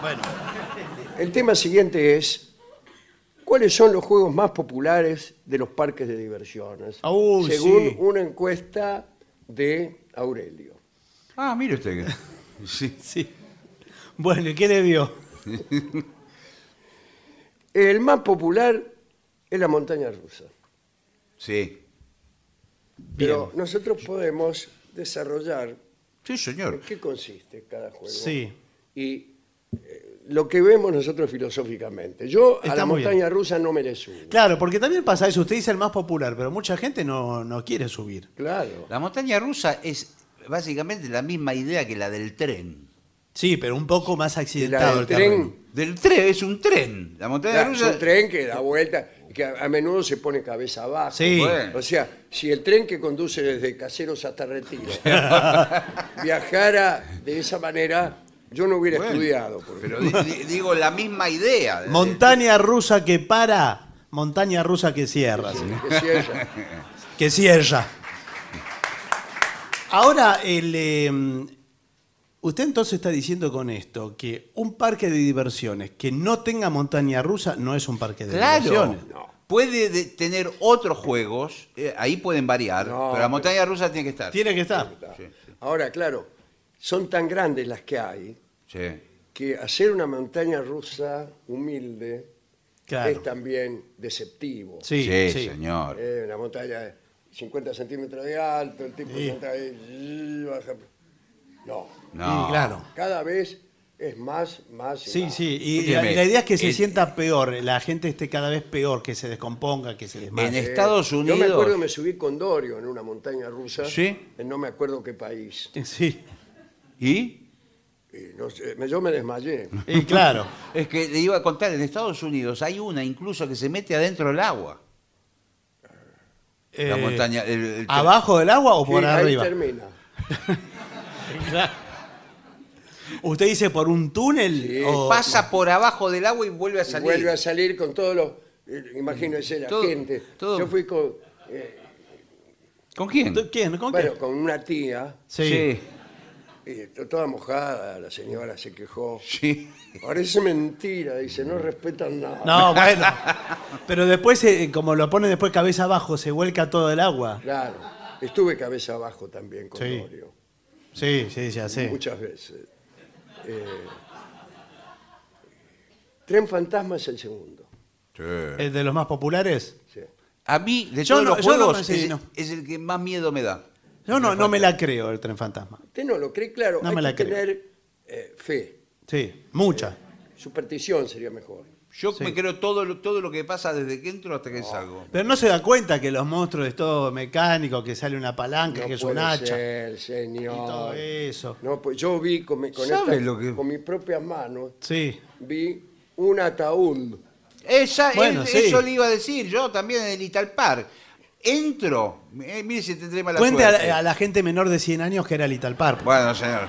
Bueno, El tema siguiente es, ¿cuáles son los juegos más populares de los parques de diversiones? Ah, uy, según sí. una encuesta de Aurelio. Ah, mire usted. que- Sí. sí. Bueno, ¿y qué le dio? El más popular es la montaña rusa. Sí. Pero nosotros podemos desarrollar Sí, en señor. qué consiste cada juego. Sí. Y eh, lo que vemos nosotros filosóficamente. Yo a Está la muy bien. montaña rusa no me le subo. Claro, porque también pasa eso. Usted dice el más popular, pero mucha gente no, no quiere subir. Claro. La montaña rusa es básicamente la misma idea que la del tren. Sí, pero un poco más Y accidentado La del el tren, terreno. Del tren, es un tren. La montaña claro, es rusa. un tren que da vuelta, que a a menudo se pone cabeza abajo. Sí. Bueno. O sea, si el tren que conduce desde Caseros hasta Retiro viajara de esa manera, yo no hubiera Bueno, estudiado. por Pero di- di- digo, la misma idea. Montaña rusa que para, montaña rusa que cierra. sí. ejemplo, que si ella- Que cierra. Ahora, el, eh, usted entonces está diciendo con esto que un parque de diversiones que no tenga montaña rusa no es un parque de Claro. diversiones. No. Puede de- tener otros juegos, eh, ahí pueden variar, No, pero la montaña rusa tiene que estar. Tiene que estar. Ahora, claro, son tan grandes las que hay Sí. que hacer una montaña rusa humilde Claro. es también deceptivo. Sí, Sí, sí. señor. Eh, una montaña de 50 centímetros de alto, el tipo Sí. senta ahí, y baja. No, No. Y claro. cada vez es más, más. y Sí, más. sí. Y la, Escúcheme, la idea es que se el- sienta peor, eh, la gente esté cada vez peor, que se descomponga, que se desmaye. En Estados Unidos. Eh, Yo me acuerdo que me subí con Dorio en una montaña rusa. Sí. En no me acuerdo qué país. Sí, ¿Y? Y no sé, me- yo me desmayé. y claro. Es que le iba a contar, en Estados Unidos hay una incluso que se mete adentro del agua. Eh, La montaña. el- el- ¿Abajo del agua o por Sí, ahí arriba? termina. Claro. ¿Usted dice por un túnel? Sí. o- Pasa por abajo del agua Oh, y vuelve a Y salir. vuelve a salir con todos los. eh, Imagínense la Todo- gente. todo- Yo fui con, ¿Con quién? ¿Tú- ¿Quién? ¿Con bueno, quién? con una tía, Sí. y to- toda mojada, la señora se quejó. Sí. Parece mentira, dice, no respetan nada. No, bueno. Pero después, eh, como lo pone después cabeza abajo, se vuelca todo el agua. Claro, estuve cabeza abajo también con Sí. Dorio, Sí, sí, ya sé. muchas veces. Eh, Tren Fantasma es el segundo. ¿Es de los más populares? sí. A mí, de Yo todos no- los yo no juegos, me- sí, es, no. es el que más miedo me da. Yo no, no me la creo, el tren fantasma. Usted no lo cree, claro, No hay me la que creo. tener eh, fe, Sí, mucha. superstición sería mejor. Yo Sí. me creo todo lo, todo lo que pasa desde que entro hasta que salgo. Pero no se da cuenta que los monstruos es todo mecánico, que sale una palanca, que no es un puede hacha. ser, Y todo señor. eso. No, pues yo vi con, mi- con, ¿Sabe esta- lo que- con mis propias manos, Sí. vi un ataúd. Esa, Bueno, es- sí. Eso le iba a decir yo también en el Ital Park. Entro. eh, mire si tendré mala Cuente a suerte. la, a la gente menor de 100 años que era Little Park. Bueno, señor.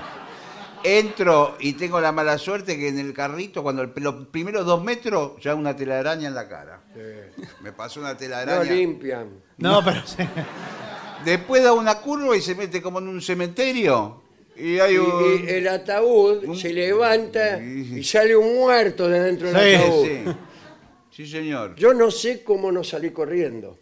Entro y tengo la mala suerte que en el carrito, cuando el- los primeros dos metros, ya una telaraña en la cara. Eh, Me pasó una no telaraña. limpian. No, pero sí. Después da una curva y se mete como en un cementerio. Y hay Y, un... y eh, el ataúd se levanta y sale un muerto de dentro del Sí, ataúd. Sí. Sí, señor. Yo no sé cómo no salí corriendo,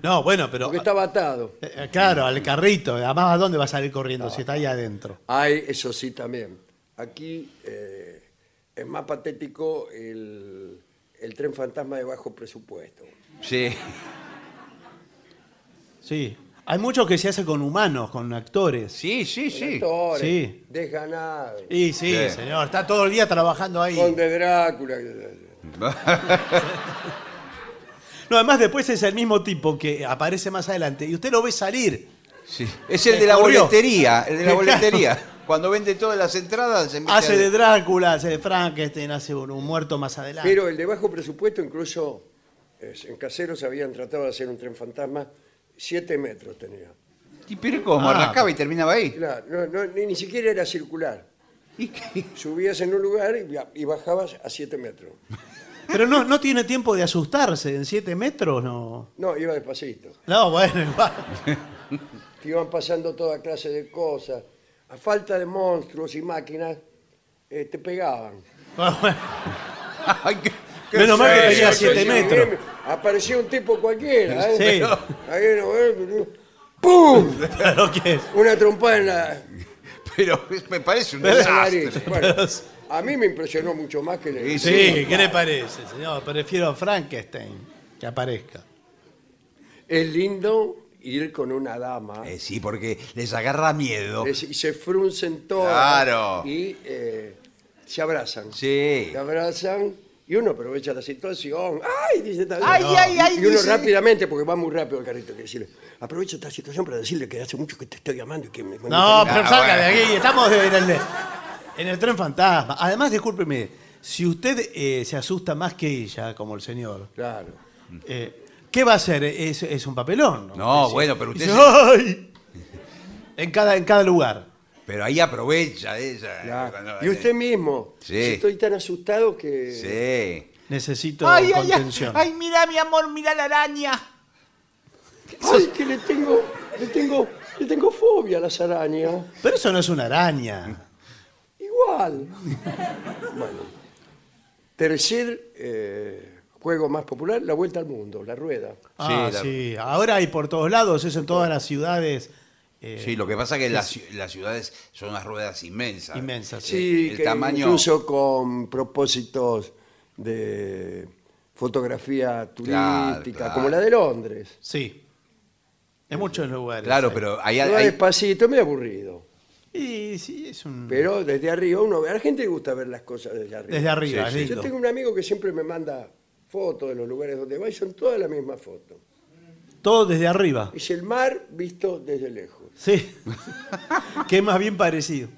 No, bueno, pero. porque Ah. estaba atado. Eh, eh, Claro, al carrito. eh, Además, ¿a dónde va a salir corriendo si está ahí adentro? Hay, eso sí, también. Aquí eh, es más patético el, el tren fantasma de bajo presupuesto. Sí. Sí. Hay muchos que se hace con humanos, con actores. Sí, Con sí, sí. actores, Sí. desganados, Y sí, Sí. señor, está todo el día trabajando ahí. con de Drácula. No, además después es el mismo tipo que aparece más adelante y usted lo ve salir. Sí. Es el de la Corrió. boletería. El de la Claro. boletería. Cuando vende todas las entradas, se mete Hace al- de Drácula, hace de Frankenstein, hace un, un muerto más adelante. Pero el de bajo presupuesto, incluso eh, en caseros habían tratado de hacer un tren fantasma, siete metros tenía. ¿Y pero Ah, cómo? Arrancaba y terminaba ahí. Claro, no- no, ni, ni siquiera era circular. ¿Y qué? Subías en un lugar y, via- y bajabas a siete metros. Pero no, no tiene tiempo de asustarse. En siete metros no. No, iba despacito. No, bueno, igual. Te iban pasando toda clase de cosas. A falta de monstruos y máquinas, eh, te pegaban. Ay, qué- qué Menos mal que feo. tenía Yo siete decía, metros. "Bien, Aparecía un tipo cualquiera. ¿eh? Sí. Ahí no, eh, ¡Pum! Claro que es. Una trompada en la, Pero es- me parece un en la desastre. nariz. Bueno, a mí me impresionó mucho más que... le- Sí, Sí, ¿qué le parece, señor? Prefiero a Frankenstein que aparezca. Es lindo ir con una dama. Eh, sí, porque les agarra miedo. Es- y se fruncen todas. Claro. Y eh, se abrazan. Sí. Se abrazan y uno aprovecha la situación. ¡Ay! Dice tal- Ay, No. ay, ay, Y uno dice- rápidamente, porque va muy rápido el carrito, que decirle, aprovecha esta situación para decirle que hace mucho que te estoy amando y que me... me No, gusta pero Ah, salga de bueno. aquí, estamos en el, en el tren fantasma. Además, discúlpeme, si usted eh, se asusta más que ella, como el señor, mucho". Claro. eh, ¿qué va a hacer? Es, es un papelón, ¿no? No, Dice- bueno, pero usted dice, se- ¡Ay! En cada, en cada lugar. Pero ahí aprovecha ella. eh, claro. Cuando- Y usted mismo. Sí. Si estoy tan asustado que... Sí. Necesito contención. mira mi amor, mira la araña. ¡Ay, que le tengo, le tengo, le tengo fobia a las arañas! Pero eso no es una araña. Igual. bueno. Tercer eh, juego más popular, la vuelta al mundo, la rueda. Ah, Sí, la- sí. Ahora hay por todos lados, eso en todas las ciudades. eh, Sí, lo que pasa es que las, ci- las ciudades son unas ruedas inmensas. Inmensas, Sí, Eh, el que tamaño. Incluso con propósitos de fotografía turística, claro. como la de Londres. Sí. En muchos lugares. Claro, hay. pero ahí, Va ahí- despacito, medio aburrido. Y sí, es Mm. un. Pero desde arriba uno ve. A la gente le gusta ver las cosas desde arriba. Desde arriba, Sí, es sí. lindo. Yo tengo un amigo que siempre me manda fotos de los lugares donde va y son todas las mismas fotos. Todo desde arriba. Es el mar visto desde lejos. Sí. que es más bien parecido.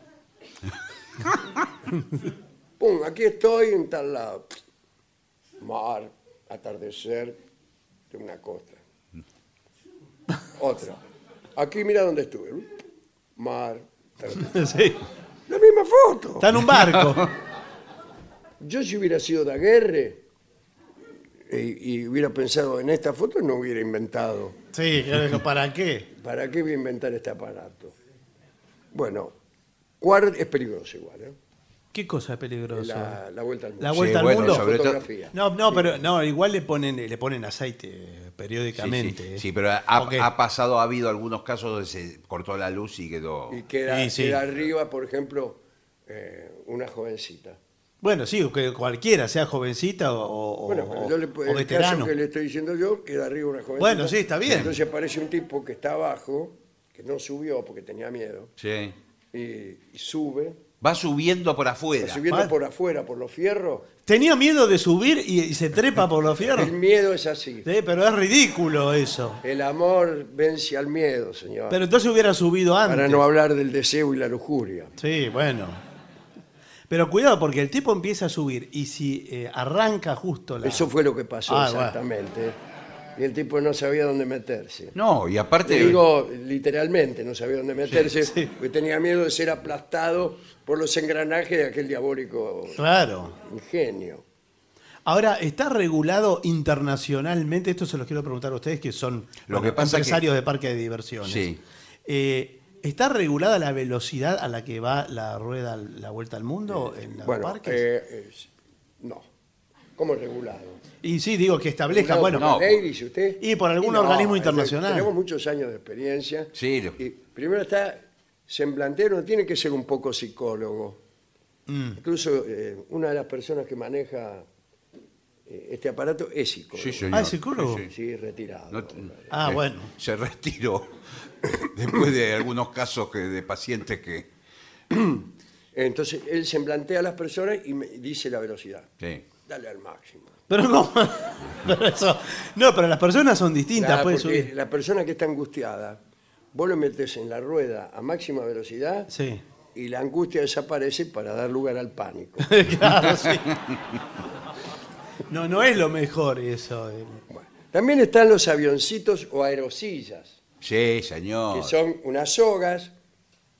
Pum, aquí estoy en tal lado. Mar, atardecer de una costa. Otra. Aquí mira dónde estuve. Mar. atardecer. sí. La misma foto. Está en un barco. Yo si hubiera sido Daguerre y, y hubiera pensado en esta foto, no hubiera inventado. Sí, yo digo, ¿para qué? ¿Para qué voy a inventar este aparato? Bueno, cuar- es peligroso igual, ¿eh? ¿Qué cosa es peligrosa? La, la vuelta al mundo. La vuelta al bueno, mundo. sobre todo- Fotografía. No, no, pero no, igual le ponen, le ponen aceite eh, Sí, periódicamente. sí, eh. sí, pero ha, Porque- ha pasado, ha habido algunos casos donde se cortó la luz y quedó. Y queda, Sí, sí. queda arriba, por ejemplo, eh, una jovencita. Bueno, sí, o que cualquiera, sea jovencita o, o- Bueno, pero o- yo le, Oh, o el veterano. caso que le estoy diciendo yo, queda arriba una jovencita. Bueno, sí, está bien. Entonces aparece un tipo que está abajo, que no subió porque tenía miedo, Sí. y, y sube, Va subiendo por va afuera. subiendo Mal. por afuera, por los fierros. Tenía miedo de subir y, y se trepa por los fierros. El miedo es así. Sí, pero es ridículo eso. El amor vence al miedo, señor. Pero entonces hubiera subido antes. Para no hablar del deseo y la lujuria. Sí, bueno. Pero cuidado, porque el tipo empieza a subir y si eh, arranca justo la. Eso fue lo que pasó Ah, bueno. exactamente. Y el tipo no sabía dónde meterse. No, y aparte. Te digo literalmente, no sabía dónde meterse, Sí. porque tenía miedo de ser aplastado por los engranajes de aquel diabólico Claro. ingenio. Ahora, ¿está regulado internacionalmente? Esto se los quiero preguntar a ustedes que son Lo que pasa que- empresarios de parques de diversiones. Sí. Eh, ¿Está regulada la velocidad a la que va la rueda, la vuelta al mundo en los Bueno, parques? eh, es- no. ¿Cómo regulado? y sí, digo que establezca, Regulado bueno, por la no. ley, dice usted? Y por algún organismo eh, internacional. Tenemos muchos años de experiencia. Sí, lo- Y primero está semblantero, tiene que ser un poco psicólogo. mm. Incluso eh, una de las personas que maneja eh, este aparato es psicólogo. Sí, señor. Ah, ¿es psicólogo? Sí, sí. Sí, retirado. No te- Ah, eh, bueno. Se retiró después de algunos casos que, de pacientes que. Entonces él se plantea a las personas y me dice la velocidad. Sí. Dale al máximo. pero ¿cómo? Pero eso- no, pero las personas son Claro, distintas, pues, pueden porque subir. La persona que está angustiada, vos lo metes en la rueda a máxima velocidad Sí. y la angustia desaparece para dar lugar al pánico. claro, sí. No, no es lo mejor eso. eh. Bueno, También están los avioncitos o aerosillas, Sí, que señor. son unas sogas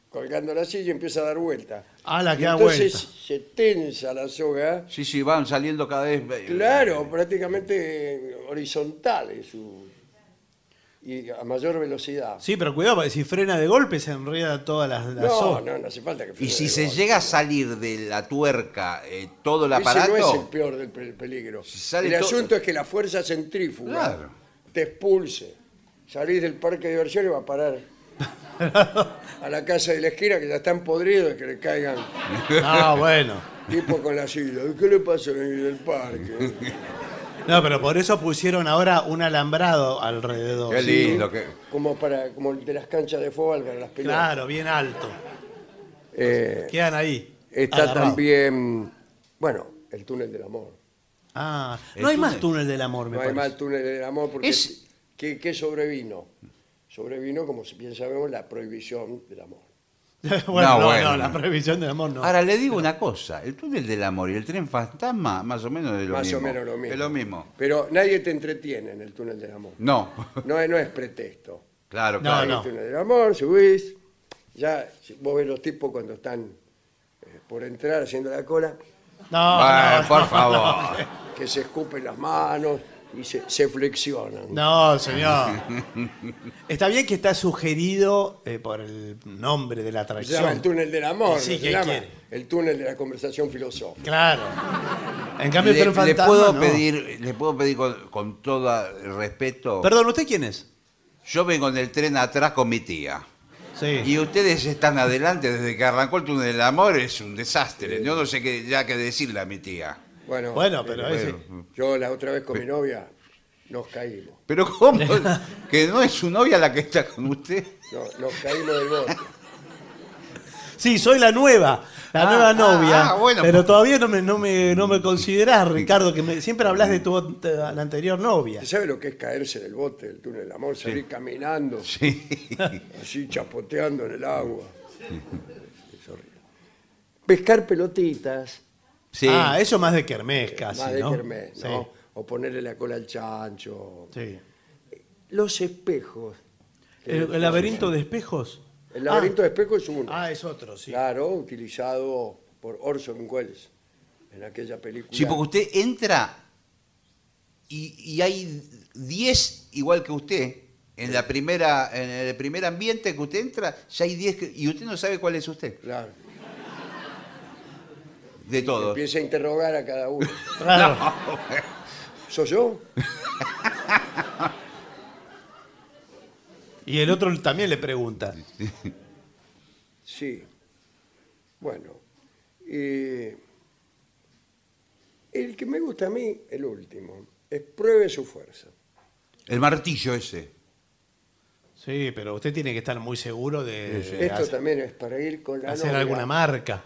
colgando la silla y empieza a dar vuelta. Ah, la que Y da entonces vuelta. se tensa la soga Sí, sí, van saliendo cada vez. eh, Claro, prácticamente horizontal es su... y a mayor velocidad. Sí, pero cuidado, porque si frena de golpe se enreda todas las, las no, sopas. no, no hace falta que Y frene si de se golpe. llega a salir de la tuerca eh, todo el Ese aparato. no es el peor del pe- peligro. sale el todo- asunto es que la fuerza centrífuga Claro. te expulse. Salís del parque de diversiones y va a parar a la casa de la esquina que ya están podridos de que le caigan No, Ah, bueno. tipo con la silla. ¿Qué le pasó en el parque? No, pero por eso pusieron ahora un alambrado alrededor. Qué lindo. qué- Como para como el de las canchas de fútbol para las pelotas. Claro, bien alto. Eh, Quedan ahí. está agarrados. también, bueno, el túnel del amor. Ah, no hay El más túnel. túnel del amor, me No hay parece. mal túnel del amor porque Es- ¿qué, qué sobrevino? Sobrevino, como bien sabemos, la prohibición del amor. bueno, No, no, bueno. no, la prohibición del amor no. Ahora le digo una cosa, el túnel del amor y el tren fantasma más o menos es lo Más mismo. o menos lo mismo. Es lo mismo. Pero nadie te entretiene en el túnel del amor. No, No es, no es pretexto. claro, No, claro. En El túnel del amor, subís. Ya si- vos ves los tipos cuando están eh, por entrar haciendo la cola, no, Bueno, no, por no. favor. que se escupen las manos y se, se flexionan. No, señor. Está bien que está sugerido eh, por el nombre de la Se llama el atracción. túnel del amor, Sí, no se ¿qué llama quiere? el túnel de la conversación filosófica. Claro. En cambio, le, el tren le fantasma, puedo no. pedir, le puedo pedir con, con todo el respeto. Perdón, ¿usted quién es? Yo vengo en el tren atrás con mi tía. Sí. Y ustedes están adelante desde que arrancó el túnel del amor, es un desastre. Yo no sé qué, ya qué decirle a mi tía. Bueno, Bueno, pero eh, ese- yo la otra vez con mi novia nos caímos. Pero ¿cómo? que no es su novia la que está con usted. no, nos caímos del bote. Sí, soy la nueva, la Ah, nueva ah, novia. ah, bueno, pero pues- todavía no me, no me, no me considerás, Ricardo, que me- siempre hablas de tu ant- la anterior novia. ¿Usted sabe lo que es caerse del bote del túnel del amor? Salir caminando, Sí. así chapoteando en el agua. Es horrible. Pescar pelotitas, Sí. Ah, eso más de kermés casi, más de ¿no? kermés, ¿no? Ah, Sí. O ponerle la cola al chancho. sí. Los espejos. El, el laberinto de espejos? El laberinto de espejos es uno. Ah, es otro, sí. Claro, utilizado por Orson Welles en aquella película. Sí, porque usted entra y, y hay 10 igual que usted. En, la primera, en el primer ambiente que usted entra, ya hay 10 que- y usted no sabe cuál es usted. Claro, De todos. empieza a interrogar a cada uno. Claro. ¿Soy yo? Y el otro también le pregunta. Sí. Bueno. eh, el que me gusta a mí, el último, es pruebe su fuerza. El martillo ese. Sí, pero usted tiene que estar muy seguro de, de Esto hacer, también es para ir con la hacer novia. alguna marca.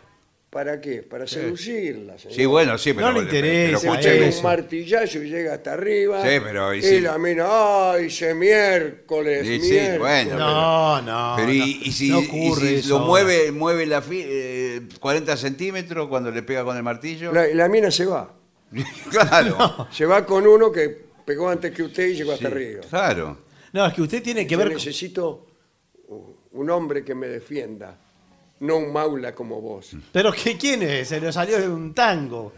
¿Para qué? Para seducirla. señor. Sí, bueno, sí, No pero. le interesa Se Pero, pega escúcheme, eso. un martillazo y llega hasta arriba. Sí, pero, Y, y sí. la mina, ¡ay, se miércoles! Sí, sí, miércoles". bueno. No, no. pero y, no, y si, no y ocurre si eso lo ahora. mueve, mueve la fi- eh, 40 centímetros cuando le pega con el martillo. La, la mina se va. claro. Se va con uno que pegó antes que usted y llegó Sí, hasta arriba. claro. No, es que usted tiene que Yo ver. con- necesito un hombre que me defienda, no un maula como vos. Pero que quién es, se le salió de un tango.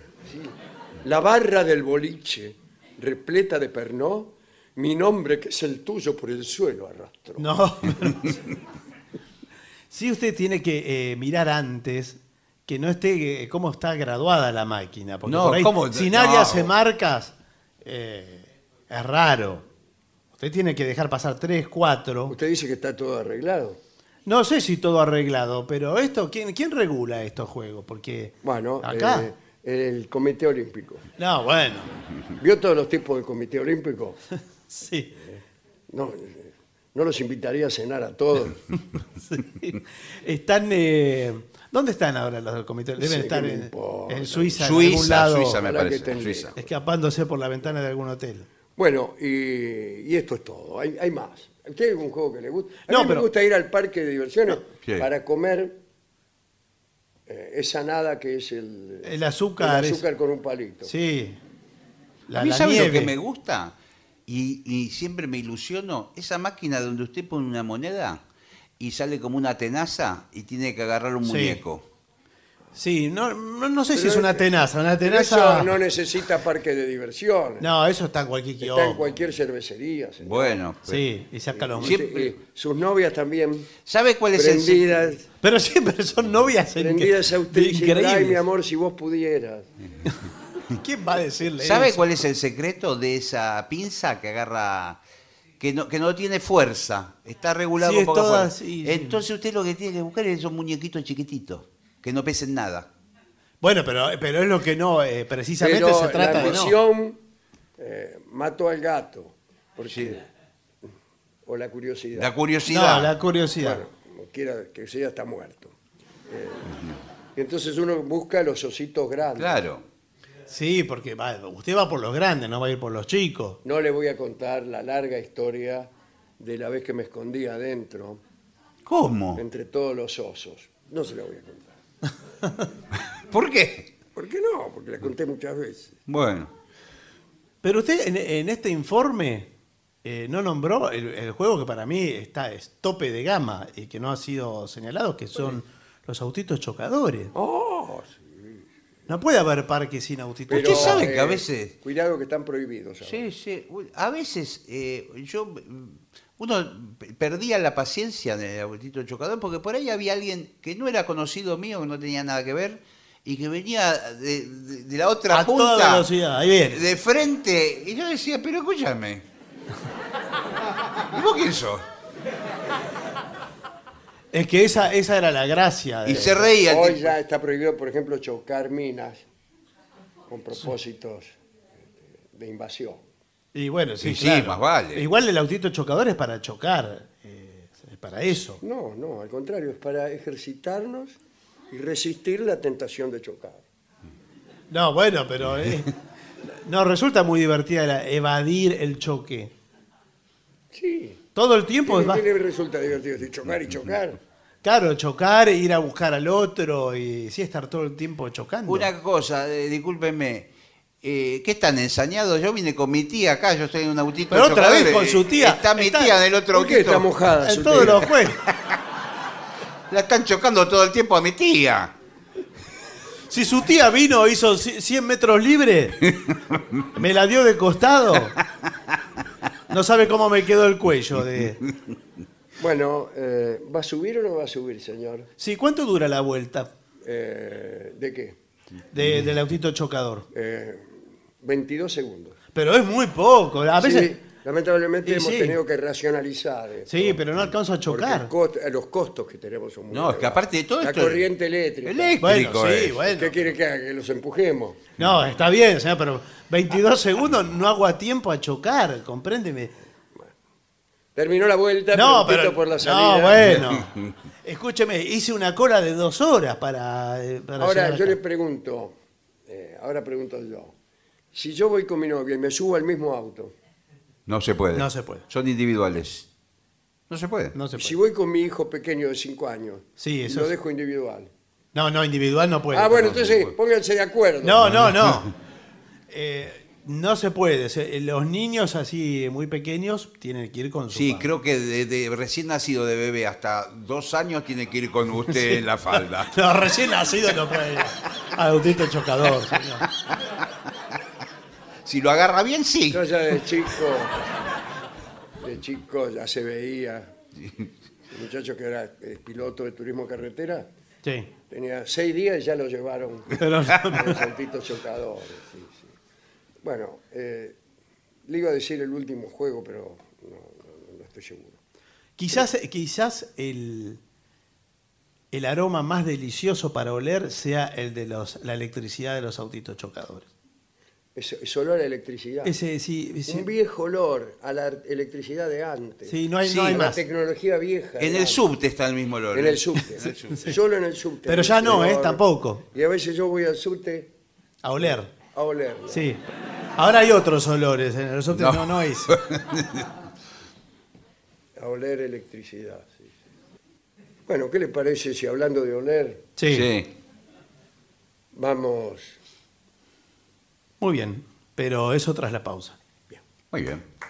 La barra del boliche, repleta de pernó, mi nombre que es el tuyo por el suelo arrastró. No. sí, usted tiene que eh, mirar antes que no esté eh, cómo está graduada la máquina. Porque No, por ahí, ¿cómo? si nadie No. hace marcas, eh, es raro. Usted tiene que dejar pasar tres, cuatro. Usted dice que está todo arreglado. No sé si todo arreglado, pero esto, ¿quién, quién regula estos juegos? Porque Bueno, acá. eh, el Comité Olímpico. No, bueno. ¿Vio todos los tipos del Comité Olímpico? Sí. No, eh, no los invitaría a cenar a todos. Sí. Están. eh, ¿Dónde están ahora los del comité? Deben Sí, ¿qué estar me en, importa? en Suiza, en algún Suiza, lado, Suiza me Ojalá que parece. estén Suiza. escapándose por la ventana de algún hotel. Bueno, y, y esto es todo. Hay, hay más. ¿A ¿Usted hay algún juego que le gusta? A No, mí me pero- gusta ir al parque de diversiones Sí. para comer eh, esa nada que es el, El azúcar el es- azúcar con un palito. Sí. La, a mí, la ¿sabe lo nieve. que me gusta? Y, y siempre me ilusiono, esa máquina donde usted pone una moneda y sale como una tenaza y tiene que agarrar un Sí. muñeco. Sí, no, no, no sé si Pero es una es- tenaza. Una Pero tenaza. Eso no necesita parque de diversión. no, eso está en cualquier Está kiosco. en cualquier cervecería. señor. Bueno, pues, pero- Sí, y saca los. Sí. Usted- y sus novias también ¿sabe cuál es el prendidas, Pero siempre son novias. en- prendidas a usted. diciendo, Ay, increíbles. mi amor, si vos pudieras. ¿Quién va a decirle ¿Sabe eso? cuál es el secreto de esa pinza que agarra? Que no, que no tiene fuerza, está regulado Sí, es con poca toda fuerza. así, sí. Entonces usted lo que tiene que buscar es esos muñequitos chiquititos, que no pesen nada. Bueno, pero, pero es lo que no, eh, precisamente Pero se trata la de no. emoción eh, mató al gato. Por si- O la curiosidad. La No, curiosidad. la curiosidad. Bueno, como quiera que sea, está muerto. Eh, y entonces uno busca los ositos grandes. Claro. Sí, porque va- usted va por los grandes, no va a ir por los chicos. No le voy a contar la larga historia de la vez que me escondí adentro ¿Cómo? entre todos los osos. No se la voy a contar. ¿Por qué? ¿Por qué no? Porque la conté muchas veces. Bueno. Pero usted en, en este informe eh, no nombró el, el juego que para mí está es tope de gama y que no ha sido señalado, que son los autitos chocadores. Oh, sí. No puede haber parque sin autitos Pero- Usted sabe chocadores. que a veces- eh, Cuidado que están prohibidos. ahora. Sí, sí. Uy, A veces eh, yo mm, uno p- perdía la paciencia en el autito chocador porque por ahí había alguien que no era conocido mío, que no tenía nada que ver y que venía de, de- de la otra A punta toda velocidad, ahí viene. de frente y yo decía, pero escúchame. ¿Y vos quién sos? Es que esa, esa era la gracia. de- Y se reía el Hoy tipo. ya está prohibido, por ejemplo, chocar minas con propósitos este, de invasión. Y bueno, sí, Y sí, claro. más vale. Igual el autito chocador es para chocar, eh, es para eso. No, no, al contrario, es para ejercitarnos y resistir la tentación de chocar. No, bueno, pero eh, no resulta muy divertida la- evadir el choque. Sí. Todo el tiempo es ¿Qué, Pues va- qué le resulta divertido? Si chocar y chocar. claro chocar, ir a buscar al otro y sí estar todo el tiempo chocando. Una cosa, eh, discúlpenme. eh, ¿Qué están ensañados? Yo vine con mi tía acá, yo estoy en un autito Pero otra chocador, vez con eh, su tía. Está mi Está- tía en el otro ¿Por qué autito. está mojada? su en todos tela? los juegos. La están chocando todo el tiempo a mi tía. Si su tía vino hizo ci- 100 metros libre, me la dio de costado. No sabe cómo me quedó el cuello de. Bueno, eh, ¿va a subir o no va a subir, señor? Sí, ¿cuánto dura la vuelta Eh, ¿De qué? de- del autito chocador? Eh, 22 segundos. Pero es muy poco. A veces. Sí, lamentablemente Y hemos sí. tenido que racionalizar. esto, Sí, pero no alcanzo a porque chocar. el cost- eh, los costos que tenemos son muy No, es que elevados. aparte de todo La esto- corriente eléctrica. Elé- Bueno, Explico, sí, eh. bueno. ¿Qué quiere que haga? Que los empujemos. No, está bien, señor, pero 22 segundos no hago a tiempo a chocar, compréndeme. Terminó la vuelta, No, prontito pero. por la salida. no, bueno. Escúcheme, hice una cola de dos horas para. eh, para Ahora llegar yo acá. le pregunto, eh, ahora pregunto yo, si yo voy con mi novia y me subo al mismo auto, No se puede. No se puede. Son individuales. No se puede. No se puede. si voy con mi hijo pequeño de 5 años, Sí, eso lo es- dejo individual. No, no, individual no puede. ah, bueno, No. entonces pónganse de acuerdo. No, no, no. Eh, no se puede. se- eh, Los niños así eh, muy pequeños tienen que ir con su. Sí, papá. creo que de, de recién nacido de bebé hasta dos años tiene que ir con usted en la falda. No, recién nacido no puede ir. Al autito chocador, señor. Si lo agarra bien, sí. Yo ya de chico, de chico ya se veía. El muchacho que era eh, piloto de turismo carretera Sí. tenía seis días y ya lo llevaron Pero no- los saltitos chocadores. sí, sí. Bueno, eh, le iba a decir el último juego, pero no, no- no estoy seguro. Quizás, eh, quizás el, el aroma más delicioso para oler sea el de los, la electricidad de los autitos chocadores. Es, es olor a electricidad. Ese sí, sí, Un viejo olor a la electricidad de antes. sí, no hay, Sí, no hay a la más. tecnología vieja. de En el antes. subte está el mismo olor. En el subte. Solo en el subte. Pero ya no, ¿eh? Olor. Tampoco. Y a veces yo voy al subte A oler, a oler. sí. Ahora hay otros olores, en los otros no, No. no es. A oler electricidad. sí, sí. Bueno, ¿qué le parece si hablando de oler Sí, Sí. vamos muy bien, pero eso tras la pausa. Muy bien.